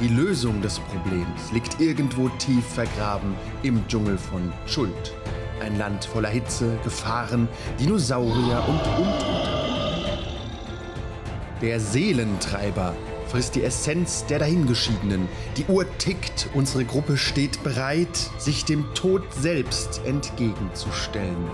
Die Lösung des Problems liegt irgendwo tief vergraben im Dschungel von Schuld. Ein Land voller Hitze, Gefahren, Dinosaurier und Untote. Der Seelentreiber frisst die Essenz der Dahingeschiedenen. Die Uhr tickt, unsere Gruppe steht bereit, sich dem Tod selbst entgegenzustellen.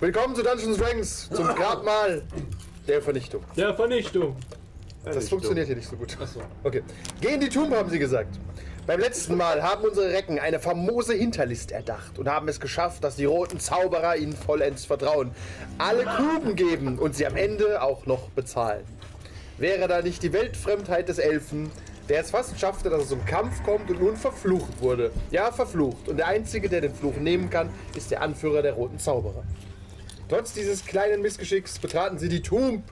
Willkommen zu Dungeons Dragons, zum Grabmal der Vernichtung. Der Vernichtung. Das funktioniert hier nicht so gut. Okay. Geh in die Tomb, haben sie gesagt. Beim letzten Mal haben unsere Recken eine famose Hinterlist erdacht und haben es geschafft, dass die roten Zauberer ihnen vollends vertrauen, alle Gruben geben und sie am Ende auch noch bezahlen. Wäre da nicht die Weltfremdheit des Elfen, der es fast schaffte, dass es zum Kampf kommt und nun verflucht wurde. Ja, verflucht. Und der Einzige, der den Fluch nehmen kann, ist der Anführer der roten Zauberer. Trotz dieses kleinen Missgeschicks betraten sie die Tomb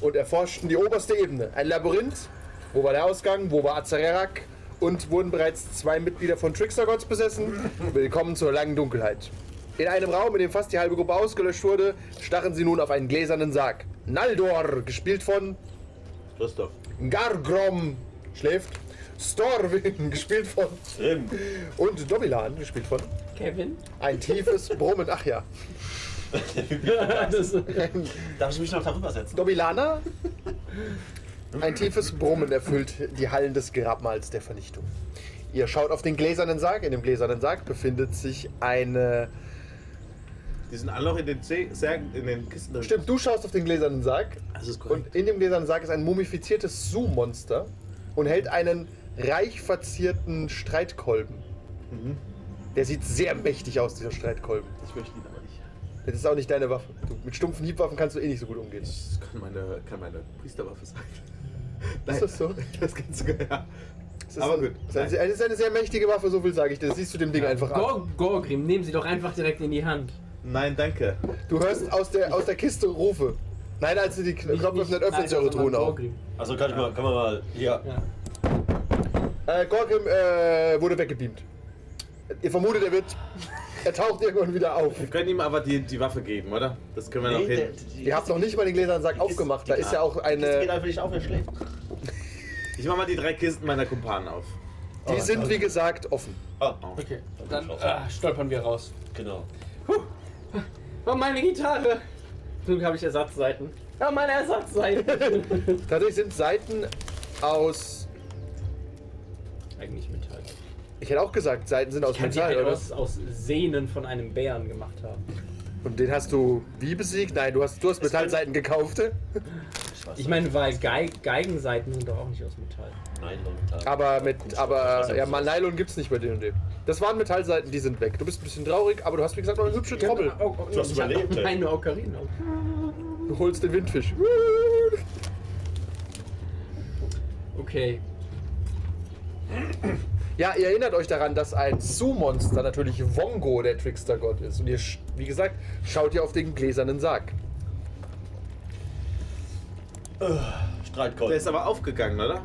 und erforschten die oberste Ebene. Ein Labyrinth. Wo war der Ausgang? Wo war Azarerak? Und wurden bereits zwei Mitglieder von Trickster-Gods besessen? Willkommen zur langen Dunkelheit. In einem Raum, in dem fast die halbe Gruppe ausgelöscht wurde, starren sie nun auf einen gläsernen Sarg. Naldor, gespielt von Christoph. Gargrom schläft. Storwin, gespielt von. Tim. Und Domilan, gespielt von. Kevin? Ein tiefes Brummen. Ach ja. Das, Darf ich mich noch darüber setzen? Domilana? Ein tiefes Brummen erfüllt die Hallen des Grabmals der Vernichtung. Ihr schaut auf den gläsernen Sarg. In dem gläsernen Sarg befindet sich eine. Die sind alle noch in den, Zeh- Särgen, in den Kisten drin. Stimmt, du schaust auf den gläsernen Sarg. Das ist korrekt. Und in dem gläsernen Sarg ist ein mumifiziertes Su-Monster und hält einen reich verzierten Streitkolben. Mhm. Der sieht sehr mächtig aus, dieser Streitkolben. ich möchte ihn aber nicht. Das ist auch nicht deine Waffe. Du, mit stumpfen Hiebwaffen kannst du eh nicht so gut umgehen. Das kann meine, kann meine Priesterwaffe sein. Ist das so? Das kannst du, ja. Es ist Aber ein, gut. Es ist eine, es ist eine sehr mächtige Waffe, so viel sage ich dir. Das siehst du dem Ding einfach an. Gor Gorgrim, nehmen Sie doch einfach direkt in die Hand. Nein, danke. Du hörst aus der, aus der Kiste Rufe. Nein, als du die Nicht- Knopf nicht öffnet, öffnet sich Alter, eure sondern Truhen auch. Gorgrim. Also kann ich mal, kann man mal. Ja. Ja. Äh, Gorgrim äh, wurde weggebeamt. Ihr vermutet, er wird. Er taucht irgendwann wieder auf. Wir können ihm aber die, die Waffe geben, oder? Das können wir noch hin. Ihr habt noch nicht mal den gläsernen Sack aufgemacht. Da ist ja auch Das geht eine. einfach nicht auf, er schläft. Ich mach mal die drei Kisten meiner Kumpanen auf. Oh. Die sind, wie gesagt, offen. Ah, Okay, dann ah, stolpern wir raus. genau. Oh, meine Gitarre! Nun habe ich Ersatzseiten. Ja, meine Ersatzseiten! Tatsächlich sind Seiten aus. Eigentlich Metall. Ich hätte auch gesagt, Seiten sind aus Kann die Metall, halt oder? aus, aus Sehnen von einem Bären gemacht haben. Und den hast du wie besiegt? Nein, du hast, du hast Metallseiten gekauft. Ich meine, weil Geig Geigenseiten sind doch auch nicht aus Metall. Nein, momentan. Aber mit, aber ja, mal mal Nylon gibt's nicht bei D&D. Das waren Metallseiten, die sind weg. Du bist ein bisschen traurig, aber du hast wie gesagt noch eine hübsche Trommel. Oh, oh, Du hast ich hab überlebt, ey. Meine Ocarina. Du holst den Windfisch. Okay. Ja, ihr erinnert euch daran, dass ein Su-Monster natürlich Wongo der Trickster-Gott ist. Und ihr, sch- wie gesagt, schaut ihr auf den gläsernen Sarg. Der Streitkolben. ist aber aufgegangen, oder?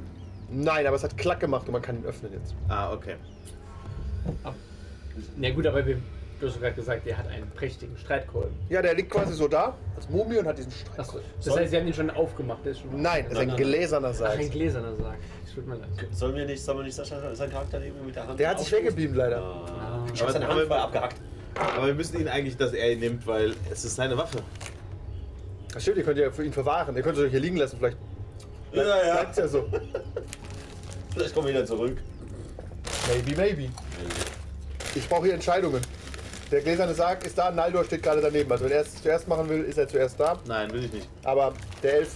Nein, aber es hat Klack gemacht und man kann ihn öffnen jetzt. Ah, okay. Na gut, aber wir, du hast gerade gesagt, er hat einen prächtigen Streitkolben. Ja, der liegt quasi so da, als Mumie und hat diesen Streit. Achso, das heißt, sie haben ihn schon aufgemacht. Der ist schon Nein, das ist Nein, ein nein, nein. gläserner Ach, Sarg. ein gläserner Sarg. Tut mir leid. Sollen wir nicht, sollen wir nicht Sascha, seinen Charakter irgendwie mit der Hand. Der hat sich aufstoßen? weggeblieben leider. Ah. Ich Aber hab seine haben Hand wir- mal abgehackt. Aber wir müssen ihn eigentlich, dass er ihn nimmt, weil es ist seine Waffe. Das stimmt, ihr könnt ja für ihn verwahren. Ihr könnt es euch hier liegen lassen, vielleicht Ja, ja. bleibt's ja so. Vielleicht kommen wir wieder zurück. Maybe, maybe. Ich brauche hier Entscheidungen. Der gläserne Sarg ist da, Naldor steht gerade daneben. Also wenn er es zuerst machen will, ist er zuerst da. Nein, will ich nicht. Aber der Elf,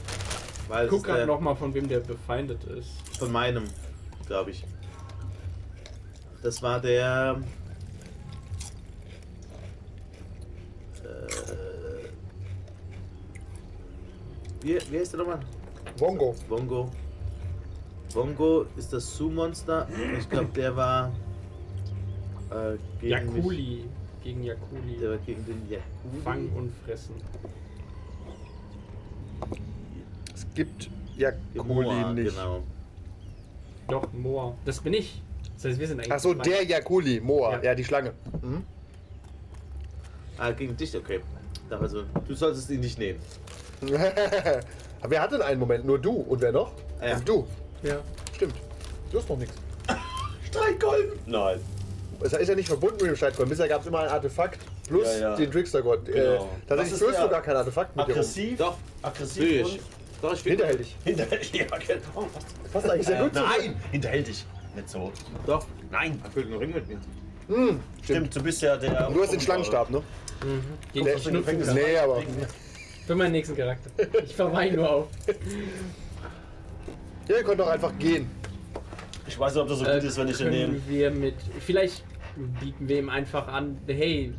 Weil es Guck ist der, gerade nochmal, von wem der befeindet ist. von meinem, glaube ich. Das war der. Äh, wie, wie heißt der nochmal? Wongo. Bongo. Bongo ist das Su-Monster. Ich glaube, der war. Äh, gegen mich- Jakuli. Gegen Der Jakuli. war gegen den Jakuli. Fangen und fressen. Es gibt ja Moa, Jakuli nicht. Genau. Doch, Moa. Das bin ich. Das heißt, wir sind eigentlich. Achso, der Jakuli, Moa, ja. Ja. die Schlange. Mhm. Ah, gegen dich, okay. Sag Also, du solltest ihn nicht nehmen. Aber wer hat denn einen Moment? Nur du. Und wer noch? Ja. Und du. Ja. Stimmt. Du hast noch nichts. Streitkolben? Nein. Es ist ja nicht verbunden mit dem Streitgott. Bisher gab es immer ein Artefakt plus Ja, ja. den Trickstergott. Äh, Genau. Das tatsächlich ist führst ja du gar kein Artefakt mit dir rum. Aggressiv? Doch. Aggressiv Natürlich. und Doch, ich will. Hinterhältig. hinterhältig. Ja, genau. Passt eigentlich sehr Äh, gut zu dir. nein, hinterhältig. Nicht so. Doch. Nein. Er füllt einen Ring mit mir. Stimmt, du bist ja der. Und Du hast den Schlangenstab, ne? Den Der- ich nutzen kann. Nee, aber. Für meinen nächsten Charakter. Ich verweile nur auf. Ja, ihr könnt doch einfach gehen. Ich weiß nicht, ob das so gut ist, wenn ich den nehme. Äh, können wir mit. Vielleicht bieten wir ihm einfach an, hey,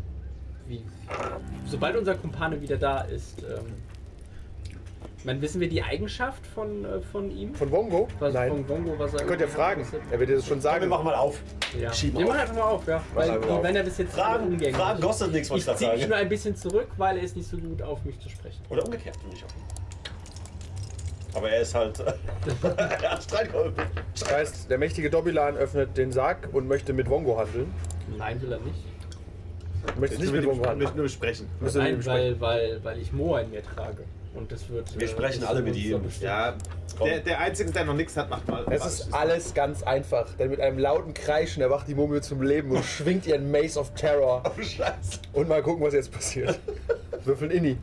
wie, sobald unser Kumpane wieder da ist, ähm, ich meine, wissen wir die Eigenschaft von, äh, von ihm? Von Wongo? Was, Nein. Von Bongo, was er Ihr könnt ja fragen. Er wird dir das schon Wir sagen. machen mal auf. Ja. Schieben Wir auf. machen einfach mal auf, ja. Weil, einfach auf. wenn er bis jetzt Fragen, umgänglich Fragen ist. kostet nichts, was ich Ich da ziehe mich nur frage. ein bisschen zurück, weil er ist nicht so gut auf mich zu sprechen. Oder umgekehrt, finde ich auch. Aber er ist halt. er hat Streitkolben. Das heißt, der mächtige Dobilan öffnet den Sarg und möchte mit Wongo handeln. Nein, will er nicht. Du möchtest nicht mit Wongo Ich handeln. möchte nur besprechen. Müssen wir mit ihm Nein, sprechen. weil, weil, weil ich Moa in mir trage. Und das wird. Wir sprechen alle mit ihm. Ja, der, der Einzige, der noch nichts hat, macht mal. Es ist alles ganz einfach, denn mit einem lauten Kreischen erwacht die Mumie zum Leben und schwingt ihren Maze of Terror. Oh, Scheiße. Und mal gucken, was jetzt passiert. Würfeln Inni.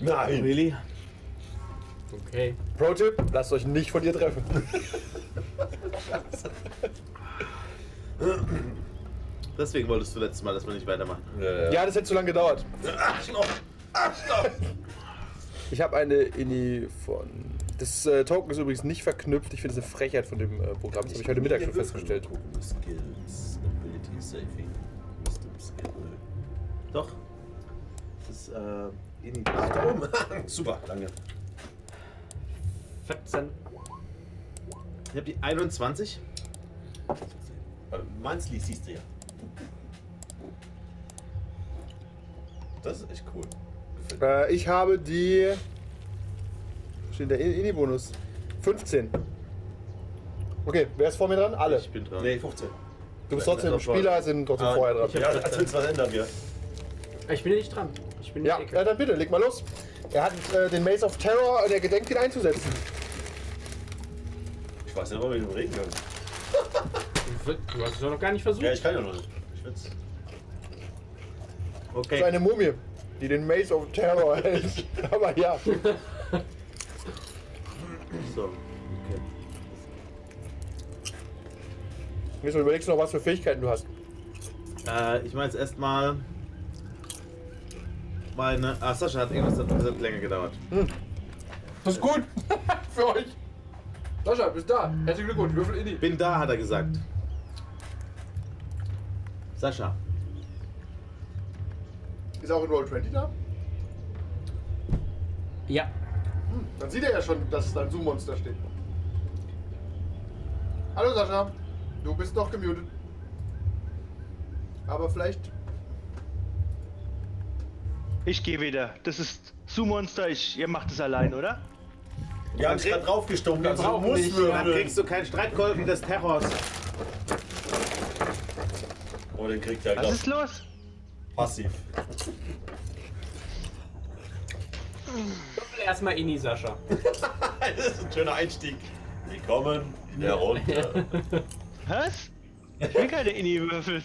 Nein. Really? Okay. Pro-Tipp, lasst euch nicht von ihr treffen. Deswegen wolltest du letztes Mal, dass wir nicht weitermachen. Ja, ja. Ja, das hätte zu lange gedauert. Arschloch. Arschloch. Ich habe eine Inni von. Das äh, Token ist übrigens nicht verknüpft. Ich finde das eine Frechheit von dem äh, Programm. Das habe ich heute Mittag schon festgestellt. Skills, Ability Saving, Wisdom Skill. Doch. Das ist, äh, in Ach, da oben. Super, danke. 14. Ich hab die 21. Äh, Meins liest siehst du ja. Das ist echt cool. Gefällt mir. Äh, ich habe die. Steht der In- Inni-Bonus? 15. Okay, wer ist vor mir dran? Alle. Ich bin dran. Nee, 15. Du bist trotzdem Sofort. Spieler, sind trotzdem Ah, vorher dran. Ja, also, was ändern wir? Ich bin ja nicht dran. Ich bin Ja, in der ja, Ecke. dann bitte, leg mal los. Er hat äh, den Maze of Terror und er gedenkt, ihn einzusetzen. Ich weiß nicht, ob wir mit dem Regen können. Du hast es doch noch gar nicht versucht. Ja, ich kann ja noch nicht. Ich will's. So Okay. eine Mumie, die den Maze of Terror hält. Aber ja, So. Okay. jetzt überlegst du noch, was für Fähigkeiten du hast. Äh, ich mache jetzt erstmal meine. Ah, Sascha hat irgendwas das hat länger gedauert. Das ist gut für euch. Sascha, bis da. Herzlichen Glückwunsch, Würfel in die. Bin da, hat er gesagt. Sascha. Ist auch in Roll 20 da? Ja. Dann sieht er ja schon, dass da ein Zoom-Monster steht. Hallo Sascha, du bist noch gemutet. Aber vielleicht. Ich gehe wieder. Das ist Zoo Monster. Ich, ihr macht es allein, oder? Wir haben gerade draufgestunken. Also du musst nicht. Dann kriegst du keinen Streitkolben des Terrors. Oh, den kriegt er Was glaub, ist los? passiv. Erstmal Inni, Sascha. Das ist ein schöner Einstieg. Willkommen in der Runde. Was? Ich will keine Inni-Würfel.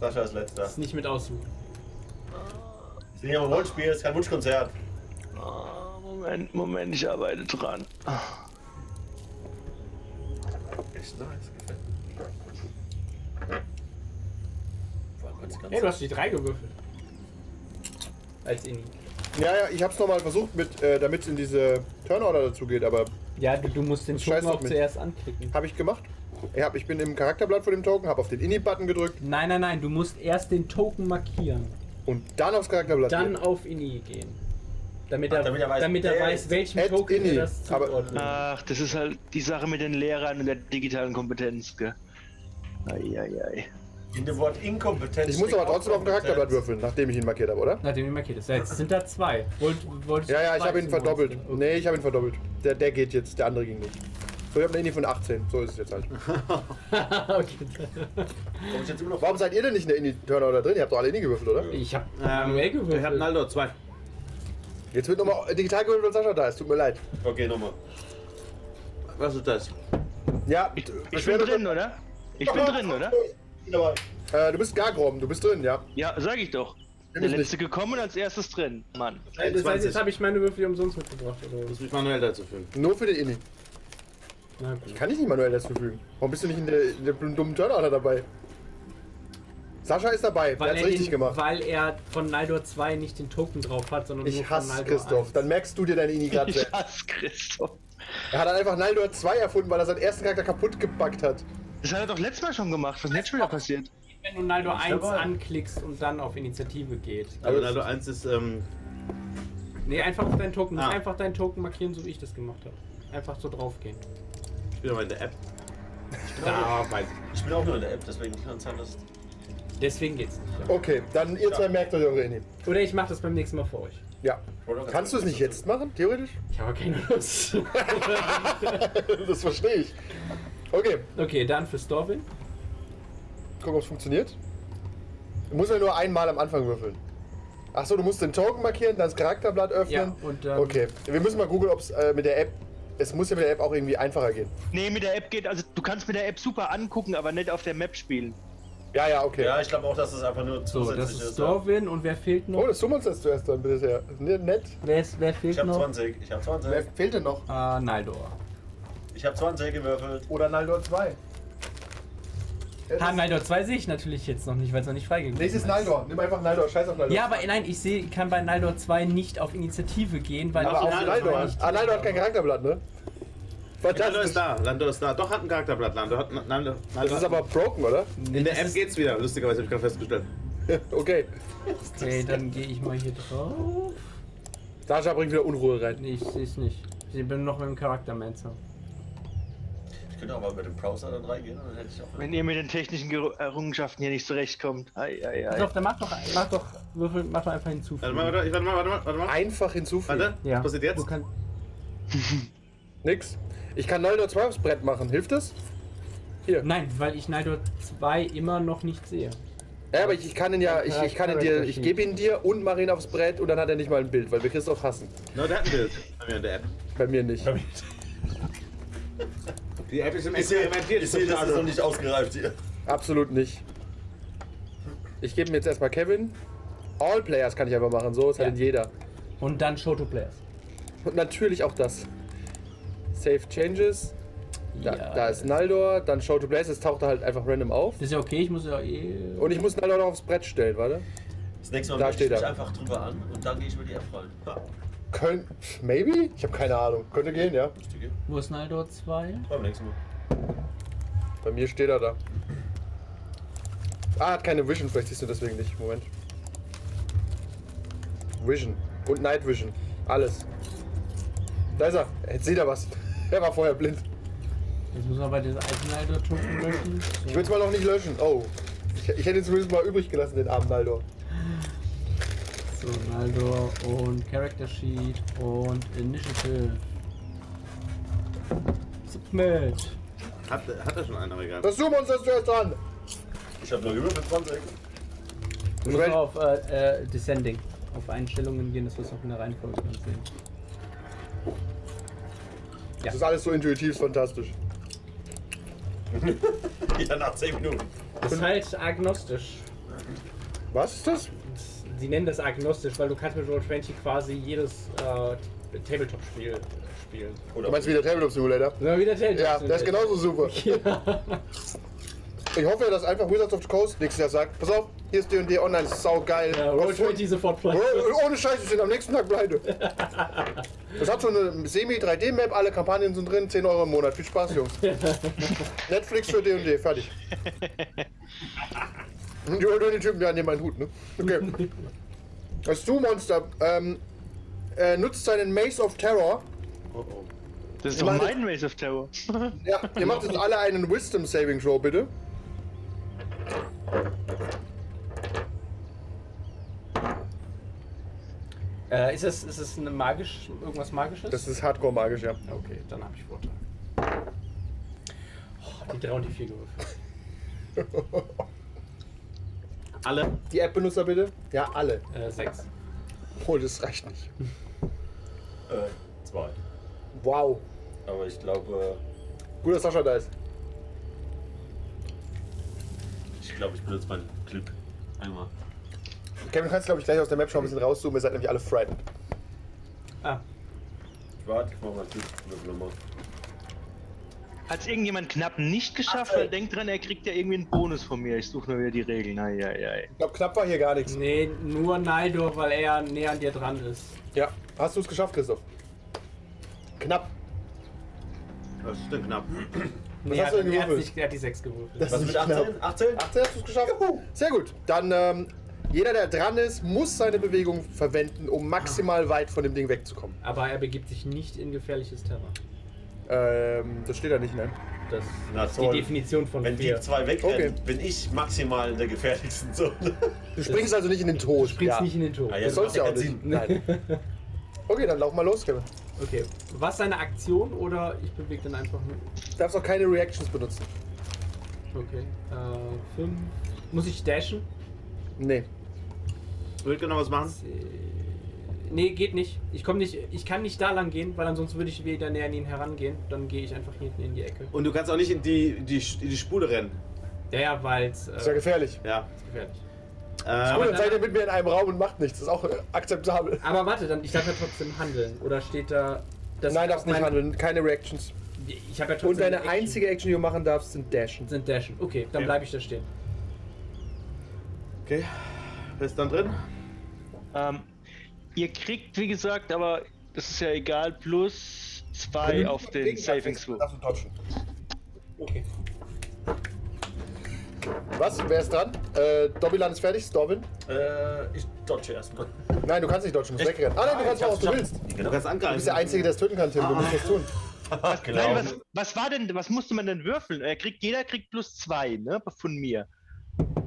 Sascha ist letzter. Ist nicht mit aussuchen. Wir sind hier im Wunschspiel, ist kein Wunschkonzert. Ah, Moment, Moment, ich arbeite dran. Echt nice, gefällt mir. Hey, du hast die 3 gewürfelt. Als Inni. Ja, ja, ich hab's nochmal versucht, mit, äh, damit es in diese Turnorder dazu geht, aber Ja, du, du musst den Das Token scheißt doch auch mit. zuerst anklicken. habe ich gemacht. Ich, hab, ich bin im Charakterblatt von dem Token, habe auf den Inni-Button gedrückt Nein, nein, nein, du musst erst den Token markieren. und dann aufs Charakterblatt. Dann gehen. auf Inni gehen. Damit er, Ach, damit er weiß, äh, wer ist- welchen Add Token Inni, er das aber- zuordnet. Ach, das ist halt die Sache mit den Lehrern und der digitalen Kompetenz, gell? Eieiei. In dem Wort Inkompetenz. ich muss aber steckt auch trotzdem auf dem Kompetenz. Charakterblatt würfeln, nachdem ich ihn markiert habe, oder? Nachdem ihr markiert ist. Ja, jetzt sind da zwei. Wollt, wolltest du Ja, ja, ich zwei habe ihn zum verdoppelt. Monster? Nee, ich habe ihn verdoppelt. Der, der geht jetzt, der andere ging nicht. So, ich habe eine Inni von 18. So ist es jetzt halt. Ah, okay. Komm ich jetzt immer noch Warum seid ihr denn nicht in der Inni-Turnorder drin? Ihr habt doch alle Inni gewürfelt, oder? Ich hab Ähm, manuell gewürfelt. Ich hab Naldo, zwei. Jetzt wird nochmal digital gewürfelt, weil Sascha da ist. Tut mir leid. Okay, nochmal. Was ist das? Ja, Ich, ich bin Beschwerde- drin, oder? Ich bin drin, oder? Aber Äh, du bist Gagrom, du bist drin, ja. Ja, sag ich doch. Der Nämlich letzte gekommen und als erstes drin. Mann. Äh, das heißt, 21. jetzt habe ich meine Würfel umsonst mitgebracht. Oder? Muss mich manuell dazu führen. Nur für den Inni. Na gut. Kann ich nicht manuell das verfügen. Warum bist du nicht in der, in der dummen Turnorder dabei? Sascha ist dabei, der hat's er richtig den, gemacht. Weil er von Naldor 2 nicht den Token drauf hat, sondern nur Ich von hasse Naldor Christoph. 1. Dann merkst du dir deine Ini gerade Ich selbst. hasse Christoph. Er hat dann einfach Naldor 2 erfunden, weil er seinen ersten Charakter kaputt gebackt hat. Das hat er doch letztes Mal schon gemacht. Was ist denn jetzt schon wieder passiert? Wenn du Naldor 1 dabei. anklickst und dann auf Initiative geht. Also Naldo 1 ist, ähm, Nee, einfach auf deinen Token. Ah. Nicht einfach deinen Token markieren, so wie ich das gemacht habe. Einfach so draufgehen. ich bin aber in der App. Da weiß ich. ich bin auch nur in der App, deswegen kann es sein, dass. Deswegen geht's nicht. Ja. Okay, dann ihr zwei merkt euch eure Ini. Oder ich mache das beim nächsten Mal für euch. Ja. Kannst du es nicht jetzt machen, theoretisch? Ich habe keine Lust. das verstehe ich. Okay, okay, dann für Storvin. gucken, ob es funktioniert. Du musst ja nur einmal am Anfang würfeln. Achso, du musst den Token markieren, das Charakterblatt öffnen. Ja, und ähm, dann- okay, wir müssen mal googeln, ob es äh, mit der App. Es muss ja mit der App auch irgendwie einfacher gehen. Nee, mit der App geht, also du kannst mit der App super angucken, aber nicht auf der Map spielen. Ja, ja, okay. Ja, ich glaube auch, dass es einfach nur So, zusätzlich das ist ist. Dorwin und wer fehlt noch? Oh, das Summons ist zuerst dann bisher. N- Nett. Wer, ist, wer fehlt Ich habe noch? 20, ich habe Wer 20, fehlt denn noch? Ah, Naldor. ich habe 20 gewürfelt. Oder Naldor 2. Ja, Ah, das- Naldor 2 sehe ich natürlich jetzt noch nicht, weil es noch nicht freigegeben Nee, es ist Naldor. Nimm einfach Naldor. Scheiß auf Naldor. Ja, aber nein, ich seh, kann bei Naldor 2 nicht auf Initiative gehen, weil Aber ich auch Naldor Naldor. nicht- Ah, Naldor hat kein Charakterblatt, ne? Lando ist Fantastisch. da, Lando ist da. Doch, hat ein Charakterblatt, Lando. Hat, Lando, Das Lando ist aber broken, oder? in der das App ist- geht's wieder, lustigerweise, habe ich gerade festgestellt. okay. Okay, dann gehe ich mal hier drauf. Sascha bringt wieder Unruhe rein. Nee, ich sehe es nicht. Ich bin noch mit dem Charakter Manzer. Ich könnte auch mal mit dem Browser dann reingehen und dann hätte ich auch. Wenn ihr mit den technischen Ger- Errungenschaften hier nicht zurechtkommt. Ei, ei, Pass auf, ei. dann mach doch, mach doch, würfel, mach doch einfach hinzufügen. Warte mal, warte, warte mal, warte mal, warte mal. Einfach hinzufügen. Warte, Ja. was passiert Wo jetzt? kann, Nix. Ich kann 902 aufs Brett machen. Hilft das? nein, weil ich Naldor 2 immer noch nicht sehe. Ja, aber ich, ich kann ihn ja, ich, ich kann ihn dir, ich Charakter-Sheet. gebe ihn dir und mach ihn aufs Brett und dann hat er nicht mal ein Bild, weil wir Christoph hassen. No, der hat ein Bild bei mir in der App. Bei mir nicht. Die App ist im Ich sehe, ich sehe, das ist also noch Experimentieren. nicht ausgereift hier. Absolut nicht. Ich gebe ihn jetzt erstmal Kevin. All Players kann ich einfach machen, so, das Ja. hat ihn jeder. Und dann Show to Players. Und natürlich auch das. Save Changes. Da, da ist Naldor, dann Show to Blaze, es taucht er halt einfach random auf. Das ist ja okay, ich muss ja eh. Und ich muss Naldor noch aufs Brett stellen, warte. Das nächste Mal Da da ich steht mich er. einfach drüber an und dann gehe ich über die App rein. Ha, Köln, maybe? Ich habe keine Ahnung. Könnte gehen, ja. lustig, ja. Wo ist Naldor 2? Beim nächsten Mal. Bei mir steht er da. Ah, hat keine Vision, vielleicht siehst du deswegen nicht. Moment. Vision. Und Night Vision. Alles. Da ist er. Jetzt sieht er was. Er war vorher blind. Jetzt muss man bei den alten Naldor-Token löschen. Ich will es mal noch nicht löschen. Oh. Ich, ich hätte ihn zumindest mal übrig gelassen, den armen Naldor. So, Naldor und Character Sheet und Initiative. Submit. Hat, hat er schon einen, aber egal. Das Zoom-Monster ist zuerst dran. Ich habe nur gewürfelt 20. Du musst auf äh, äh, Descending. Auf Einstellungen gehen, dass wir es auch in der Reihenfolge dann sehen. Das ist alles so intuitiv, ist fantastisch. Ja, nach 10 Minuten. Das ist halt agnostisch. Was ist das? Das- Sie nennen das agnostisch, weil du kannst mit Roll20 quasi jedes äh, Tabletop-Spiel spielen. Du meinst wieder Tabletop Simulator? Sind wir wieder Tabletop? Ja, der ist genau genauso super. Ich hoffe, dass einfach Wizards of the Coast nächstes Jahr sagt, pass auf, hier ist D&D Online, ist saugeil. Ja, Roll20 sofort Platz. Bro, ohne Scheiß, ich bin am nächsten Tag pleite. Das hat so eine Semi-3D-Map, alle Kampagnen sind drin, 10 Euro im Monat. Viel Spaß, Jungs. Netflix für D&D, fertig. Und Die holen den Typen, ja, nehmen meinen Hut, ne? Okay. Das Zoo-Monster ähm, äh, nutzt seinen Maze of Terror. Das ist doch mein Maze of Terror. Ja, ihr macht jetzt alle einen Wisdom Saving Throw, bitte. Äh, ist es, ist es eine magisch, irgendwas Magisches? Das ist hardcore magisch, ja. Okay, dann habe ich Vorteil. Oh, die 3 und die 4 gewürfelt. Alle. Die App-Benutzer bitte? Ja, alle. Äh, 6. Oh, das reicht nicht. Äh, zwei. Wow. Aber ich glaube, Gut, dass Sascha da ist. ich glaube, ich benutze meinen Clip. Einmal. Kevin, du kannst, glaube ich, gleich aus der Map schon ein bisschen rauszoomen. Ihr seid nämlich alle frightened. Ah, Ich warte, ich mach mal Clip. Würfel nochmal. Hat es irgendjemand knapp nicht geschafft, weil denkt dran, er kriegt ja irgendwie einen Bonus von mir. Ich suche nur wieder die Regeln. Ei, ei, ei. Ich glaube, knapp war hier gar nichts. nee, nur Naldor, weil er näher an dir dran ist. Ja. Hast du es geschafft, Christoph? Knapp. Das ist denn knapp. Was Nee, hast du er, denn hat- er, hat gewürfelt? nicht, er hat die 6 gewürfelt. Das Was ist mit knapp. 18? 18? 18 hast du es geschafft? Sehr gut. Dann, ähm, jeder, der dran ist, muss seine Bewegung verwenden, um maximal weit von dem Ding wegzukommen. Aber er begibt sich nicht in gefährliches Terrain. Ähm, das steht da nicht, ne? Das Na ist die toll. Definition von Wenn die vier. zwei wegrennen, Okay. bin ich maximal in der gefährlichsten Zone. Du springst also nicht in den Tod. Du Springst nicht in den Tod. Ah, ja. Das sollst du ja auch macht ja nicht. keinen Nein. Okay, dann lauf mal los, Kevin. Okay. Was seine Aktion oder ich bewege dann einfach nur. Du darfst auch keine Reactions benutzen. Okay. Äh, 5. Muss ich dashen? Nee. Will genau was machen? Äh, Nee, geht nicht. Ich komme nicht, ich kann nicht da lang gehen, weil ansonsten würde ich wieder näher an ihn herangehen. Dann gehe ich einfach hinten in die Ecke. Und du kannst auch nicht in die, in die, in die Spule rennen. Ja, ja, weil es Ist ja äh, gefährlich. Ja. ist gefährlich. Cool, Ähm, dann seid ihr mit mir in einem Raum und macht nichts. Das ist auch äh, akzeptabel. Aber warte, dann ich darf ja trotzdem handeln. Oder steht da. dass Nein, ich darfst nicht meine- handeln. Keine Reactions. Ich habe ja trotzdem. Und deine Action. einzige Action, die du machen darfst, sind Dashen. sind dashen. Okay, dann Ja. bleibe ich da stehen. okay. Wer ist dann drin? Ähm, ihr kriegt, wie gesagt, aber das ist ja egal, plus zwei auf den Saving Throw. Darfst du touchen. Okay. Was? Wer ist dran? Äh, Dobbyland ist fertig. Dobbin? Äh, ich dodge erstmal. Nein, du kannst nicht dodgen. Du musst Echt? wegrennen. Ah, nein, du Nein, kannst ich machen, was hab's du willst. geschafft. Du Du kannst angreifen. bist der Einzige, der es töten kann, Tim. Du musst das tun. genau. Nein, was, was war denn, was musste man denn würfeln? Er kriegt, jeder kriegt plus zwei, ne, von mir.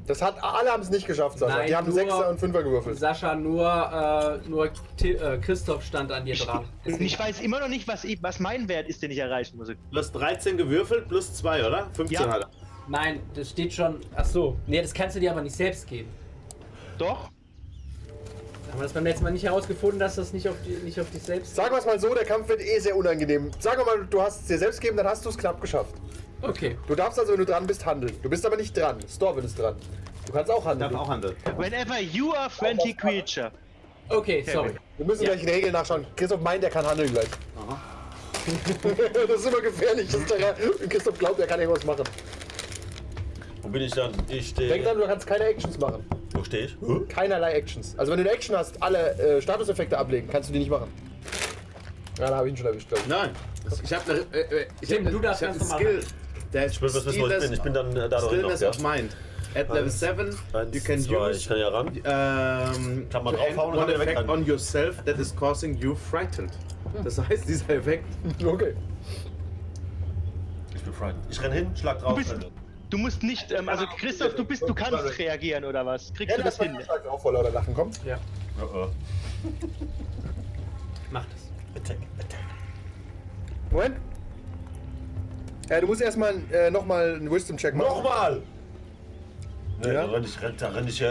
Das hat, alle haben es nicht geschafft, Sascha. Nein, die haben nur- Sechser und Fünfer gewürfelt. Sascha, nur, äh, nur Ti- äh, Christoph stand an dir dran. Und ich weiß immer noch nicht, was, ich- was mein Wert ist, den ich erreichen muss. Du hast 13 gewürfelt plus 2, oder? 15 Ja. hat er. Nein, das steht schon. Ach so. Nee, das kannst du dir aber nicht selbst geben. Doch? Haben wir das beim letzten Mal nicht herausgefunden, dass das nicht auf, die, nicht auf dich selbst. Sagen wir es mal so, der Kampf wird eh sehr unangenehm. Sagen wir mal, du hast es dir selbst gegeben, dann hast du es knapp geschafft. Okay. Du darfst also, wenn du dran bist, handeln. Du bist aber nicht dran. Storvin ist dran. Du kannst auch Darf handeln. auch handeln. Whenever you are friendly creature. Okay, sorry. Wir müssen Ja. gleich in Regeln nachschauen. Christoph meint, er kann handeln gleich. das ist immer gefährlich. Das Terrain. Und Christoph glaubt, er kann irgendwas machen. Wo bin ich dann? Ich Denk stehe. dran, du kannst keine Actions machen. Wo stehe ich? Huh? Keinerlei Actions. Also wenn du eine Action hast, alle äh, Statuseffekte ablegen, kannst du die nicht machen. Ja, da habe ich ihn schon erwischt, glaube ich. Nein. Ich hab ne, äh, äh, ich Tim, hab ne, du darfst ich hab ganz einen normal Skill. Der Ich will was wissen, wo ich bin. Ich bin dann äh, da noch Stillness ja. of Mind. At level Eins, 7, Eins, you can zwei. use Ich kann ja ran. ähm, Kann man to end draufhauen one und kann wieder effect wegrennen. on yourself that is causing you frightened. Das heißt, dieser Effekt Okay. Ich bin frightened. Ich renne hin, schlag drauf. bist- renne. Du musst nicht, ähm, also Christoph, du bist, du kannst reagieren oder was? Kriegst Ja, du das das hin? ist auch vor lauter Lachen. Komm. Ja, Oh, Uh-uh. mach das. Attack, attack. Moment. Äh, du musst erstmal äh, nochmal einen Wisdom-Check machen. Nochmal! Nee, Ja. dann renne ich, renn, dann renn ich, äh,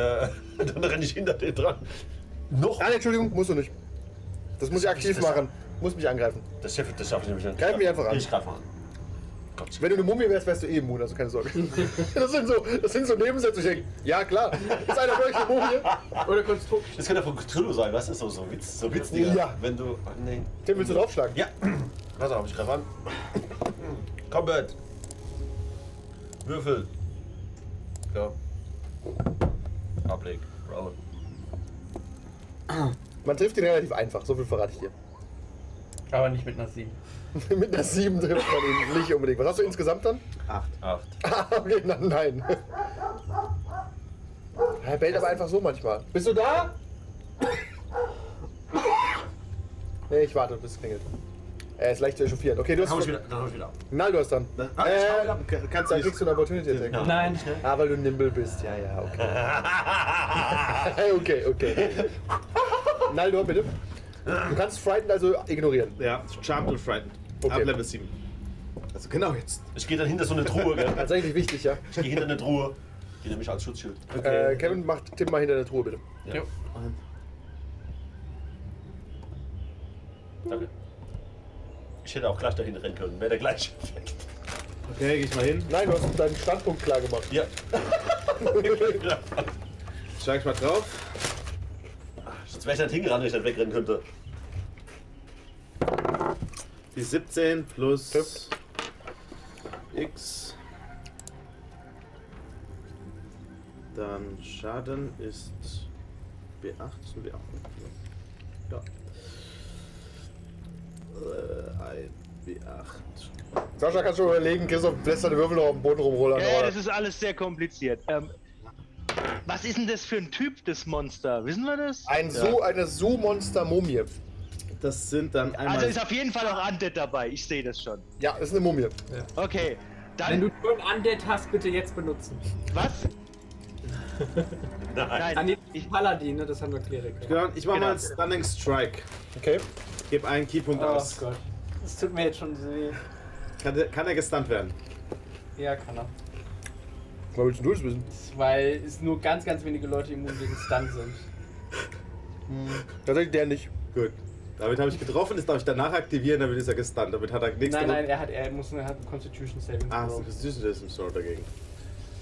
dann renn ich hinter den dran. Noch? Nein, Entschuldigung, musst du nicht. Das muss ich aktiv Das- machen. Muss mich angreifen. Das schaffe das schaff ich nämlich nicht. Greif mich einfach an. Ich greife an. Gott. Wenn du eine Mumie wärst, wärst du eh immun, also keine Sorge. Das sind so, das sind so Nebensätze, ich denke, ja klar, ist einer von euch eine Mumie? Oder Konstrukt. Das könnte ja von Cthulhu sein, weißt du? So, so Witz, so Witz, Digga. Ja. Wenn du. oh, Nee. Den willst du draufschlagen? Ja. Pass auf, ich greife an. Komm, Bert. Würfel. Ja. Ableg. Roll. Man trifft ihn relativ einfach, so viel verrate ich dir. Aber nicht mit einer 7. Mit einer 7 trifft man ihn nicht unbedingt. Was hast du insgesamt dann? 8. Acht. Ah, okay, na, nein. Er bellt aber einfach so manchmal. Bist du da? Nee, ich warte, bis es klingelt. Er ist leicht zu echauffieren. Okay, du hast. Dann hau ich wieder, dann hau ich wieder ab. Nein, du hast dann. Dann- Ah, ich hau Äh, wieder ab. Kann- kannst du dann nicht- kriegst du eine Opportunity Attack. Nein. Ah, weil du nimble bist. Ja, ja, okay. okay, okay. Naldo, bitte. Du kannst Frightened also ignorieren. Ja, charmed und frightened. Okay. Ab Level 7. Also genau jetzt. Ich gehe dann hinter so eine Truhe, gell? Tatsächlich wichtig, ja. Ich gehe hinter eine Truhe. Die nehme ich als Schutzschild. Äh, Kevin, mach Tim mal hinter der Truhe, bitte. Ja. Danke. Ich hätte auch gleich dahin rennen können. Wäre der gleiche Effekt. Okay, geh ich mal hin. Nein, du hast deinen Standpunkt klar gemacht. Ja. Schlag ich mal drauf. Sonst wäre ich nicht hingerannt, wenn ich nicht wegrennen könnte. Die 17 plus Trifft. X. Dann Schaden ist B8 zu B8. Ja. Äh, ein B8. Sascha, kannst du überlegen, Christoph lässt seine Würfel noch auf dem Boden rumrollen. Ja, ja, aber- das ist alles sehr kompliziert. Ähm, was ist denn das für ein Typ, das Monster? Wissen wir das? Ein Zoo, eine Zoo-Monster-Mumie. Das sind dann einmal. Also ist auf jeden Fall auch Undead dabei, ich sehe das schon. Ja, ist eine Mumie. Okay, Wenn dann, du schon Undead hast, bitte jetzt benutzen. was? Nein. Ah, nee, Nein, das ich, ist Paladin, ne? das haben wir Kleriker. Genau, ich mache Genau. mal einen Stunning Strike. Okay. Geb einen Keypunkt Oh aus. Gott. Das tut mir jetzt schon so weh. Kann, der- kann er gestunt werden? Ja, kann er. Was willst du das wissen? Weil es nur ganz, ganz wenige Leute immun gegen Stun sind. Tatsächlich der nicht. Gut. Damit habe ich getroffen, das darf ich danach aktivieren, damit ist er gestunt. Damit hat er nichts Nein, nein, gemacht. er hat, er muss er hat einen Constitution Saving. Ah, so throw. ein Constitution Sword dagegen.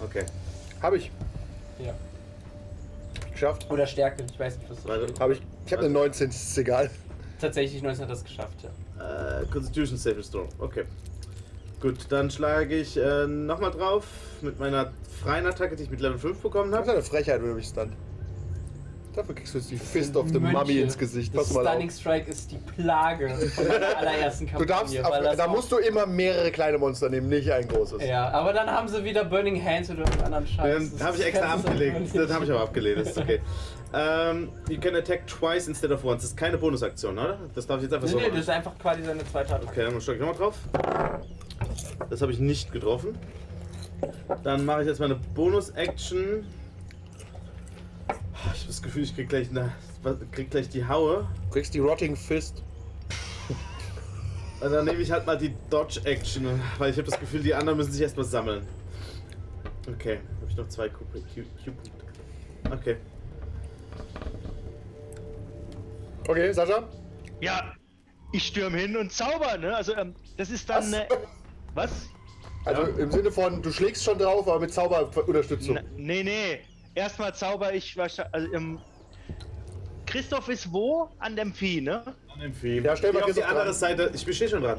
Okay. Habe ich. ja. Geschafft. Oder Stärke, ich weiß nicht, was das Warte. ist. Habe ich. Ich habe eine 19, ist egal. Tatsächlich, 19 hat das geschafft, ja. Äh, Constitution Saving Throw. Okay. Gut, dann schlage ich äh, nochmal drauf mit meiner freien Attacke, die ich mit Level 5 bekommen Das ist habe. eine Frechheit, wenn du mich stunt. Dafür kriegst du jetzt die Fist of the Mönche. Mummy ins Gesicht. Das Pass mal Stunning auf. Strike ist die Plage von meiner allerersten Kampagne. Du darfst, weil das da auch- musst du immer mehrere kleine Monster nehmen, nicht ein großes. Ja, aber dann haben sie wieder Burning Hands oder irgendeinen anderen Scheiß. Dann habe ich extra abgelegt. Das habe ich aber abgelehnt, das ist okay. Ähm, you can attack twice instead of once. Das ist keine Bonusaktion, oder? Das darf ich jetzt einfach Nee, so nee, das machen. ist einfach quasi seine zweite Attacke. Okay, dann schlage ich nochmal drauf. Das habe ich nicht getroffen. Dann mache ich jetzt meine Bonus-Action. Ah, Ich habe das Gefühl, ich krieg gleich, eine, krieg gleich die Haue. Du kriegst die Rotting Fist. Und dann nehme ich halt mal die Dodge-Action, weil ich habe das Gefühl, die anderen müssen sich erstmal sammeln. Okay, habe ich noch zwei Q-Punkte. Okay. Okay, Sascha? Ja, ich stürm hin und zauber, ne? Also, ähm, das ist dann. Was? äh, was? Also im Sinne von, du schlägst schon drauf, aber mit Zauberunterstützung. Na, nee, nee. Erstmal zauber ich wahrscheinlich. Also, ähm, Christoph ist wo? An dem Vieh, ne? Ja, stell Geh mal auf die Christoph andere dran. Seite. Ich bin schon dran.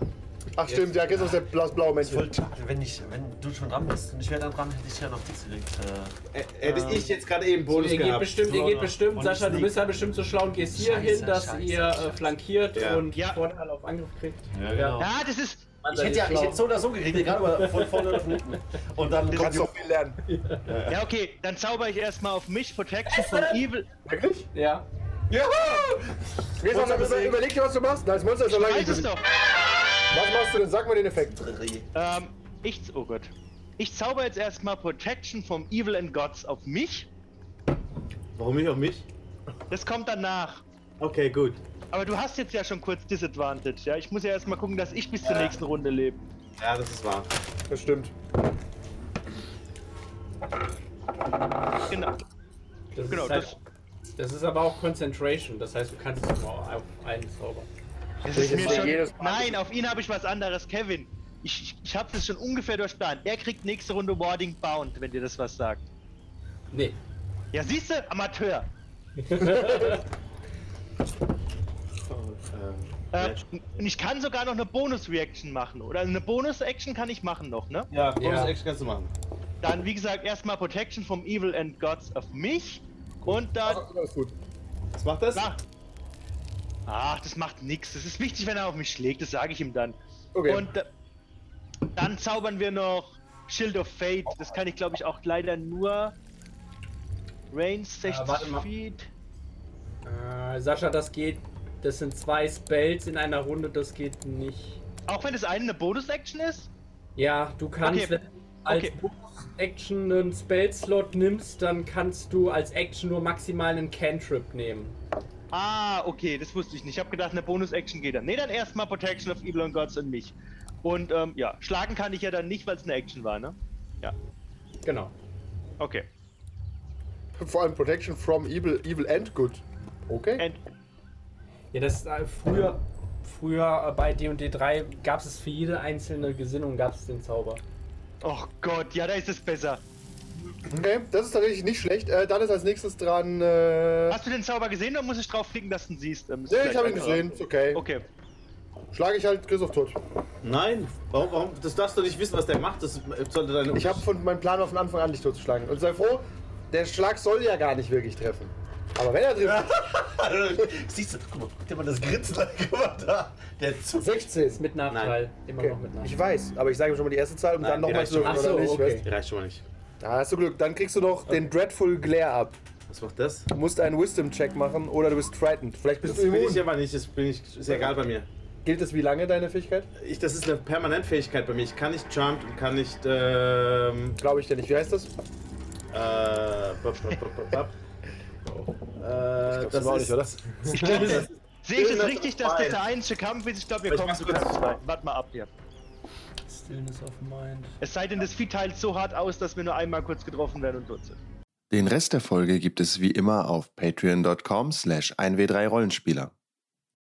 Ach stimmt, ja, Christoph ist der blau- blaue Mensch. Voll schade, wenn, ich, wenn du schon dran bist und ich wäre dann dran, hätte ich ja noch nichts gekriegt. Äh, Ä- Hätte ich jetzt gerade eben Ihr Bonus geht gehabt. bestimmt, ihr geht bestimmt, Und Sascha, du sneak. bist ja bestimmt so schlau und gehst hier Scheiße, hin, dass scheiße, ihr äh, scheiße. flankiert Ja. und Ja. Vorteil auf Angriff kriegt. Ja, genau. Ja, das ist. ich hätte ja ich hätte so oder so gekriegt, egal ob er von vorne oder von hinten. Und dann kommt Kannst doch viel lernen. Ja, okay. Dann zauber ich erstmal auf mich. Protection from Evil. Wirklich? Ja. Ja! Christoph, dann über, überleg dir, was du machst. Nein, das Monster ist noch lange Weiß nicht es besiegt. doch. Was machst du denn? Sag mal den Effekt. Ähm, ich. Oh Gott. Ich zauber jetzt erstmal Protection from Evil and Gods auf mich. Warum nicht auf mich? Das kommt danach. Okay, gut. Aber du hast jetzt ja schon kurz Disadvantage, ja? Ich muss ja erstmal gucken, dass ich bis zur nächsten Runde lebe. Ja, das ist wahr. Das stimmt. Genau. Das Genau, ist halt, das ist aber auch Concentration, das heißt, du kannst es nur auf einen zaubern. Das ist mir Mal schon... jedes Mal- Nein, auf ihn habe ich was anderes, Kevin. Ich, ich, ich habe das schon ungefähr durchplant. Er kriegt nächste Runde Warding Bound, wenn dir das was sagt. Nee. Ja, siehst du, Amateur. Äh, und ich kann sogar noch eine Bonus-Reaction machen. Oder Also eine Bonus-Action kann ich machen noch, ne? Ja, Bonus-Action Ja. kannst du machen. Dann, wie gesagt, erstmal Protection vom Evil and Gods auf mich. Und dann. Ach, Alles gut. Was macht das? Na. Ach, das macht nix. Das ist wichtig, wenn er auf mich schlägt, das sage ich ihm dann. Okay. Und äh, dann zaubern wir noch Shield of Fate. Das kann ich, glaube ich, auch leider nur. Range 60 warte mal. Feet. Äh, Sascha, das geht. Das sind zwei Spells in einer Runde, das geht nicht. Auch wenn das eine eine Bonus-Action ist? Ja, du kannst, Okay. wenn du als Okay. Action einen Spell-Slot nimmst, dann kannst du als Action nur maximal einen Cantrip nehmen. Ah, okay, das wusste ich nicht. Ich habe gedacht, eine Bonus-Action geht dann. Nee, dann erstmal Protection of Evil and Gods und mich. Und ähm, ja, schlagen kann ich ja dann nicht, weil es eine Action war, ne? Ja, Genau. okay. Vor allem Protection from Evil, Evil and Good. Okay. And, Ja, das ist, äh, früher, früher äh, bei D&D 3 gab es für jede einzelne Gesinnung gab es den Zauber. oh Gott, ja, da ist es besser. Mhm. Okay, das ist tatsächlich nicht schlecht. Äh, dann ist als nächstes dran. Äh, Hast du den Zauber gesehen oder muss ich draufklicken, dass du ihn siehst? Ähm, ist nee, ich vielleicht habe ihn einfacher. gesehen. Ist okay. Okay. Schlage ich halt Christoph tot. Nein. Warum, warum? Das darfst du nicht wissen, was der macht. Das sollte deine. Ich habe von meinem Plan war von Anfang an nicht totzuschlagen. Und sei froh, der Schlag soll ja gar nicht wirklich treffen. Aber wenn er trifft, Siehst du, guck mal, guck dir mal das Grinsen an, guck mal da. Der Zug. 16. Mit Nachteil. Immer Okay. noch mit Ich Nachteil. weiß, aber ich sage ihm schon mal die erste Zahl, um Nein, dann die nochmal reicht zu schon. würfeln, Ach so, okay. Die reicht schon mal nicht. Da hast du Glück. Dann kriegst du noch den Dreadful Glare ab. Was macht das? Du musst einen Wisdom-Check machen oder du bist frightened. Vielleicht bist Das du bin ich immun. aber nicht. Das bin ich. Ist egal bei mir. Gilt das wie lange, deine Fähigkeit? Ich, das ist eine Permanentfähigkeit bei mir. Ich kann nicht charmed und kann nicht. Ähm, Glaube ich dir nicht. Wie heißt das? äh, bap, bap, bap, bap, bap. Äh, das das war auch ist, nicht, oder? Ich glaube, das- sehe ich das Stillness richtig, of dass das Mind. der einzige Kampf ist? Ich glaube, wir Ich kommen mach's zu kurz. Kampf 2. Warte mal ab hier. Stillness of Mind. Es sei denn, das Vieh teilt so hart aus, dass wir nur einmal kurz getroffen werden und tot sind. Den Rest der Folge gibt es wie immer auf patreon.com slash 1w3rollenspieler.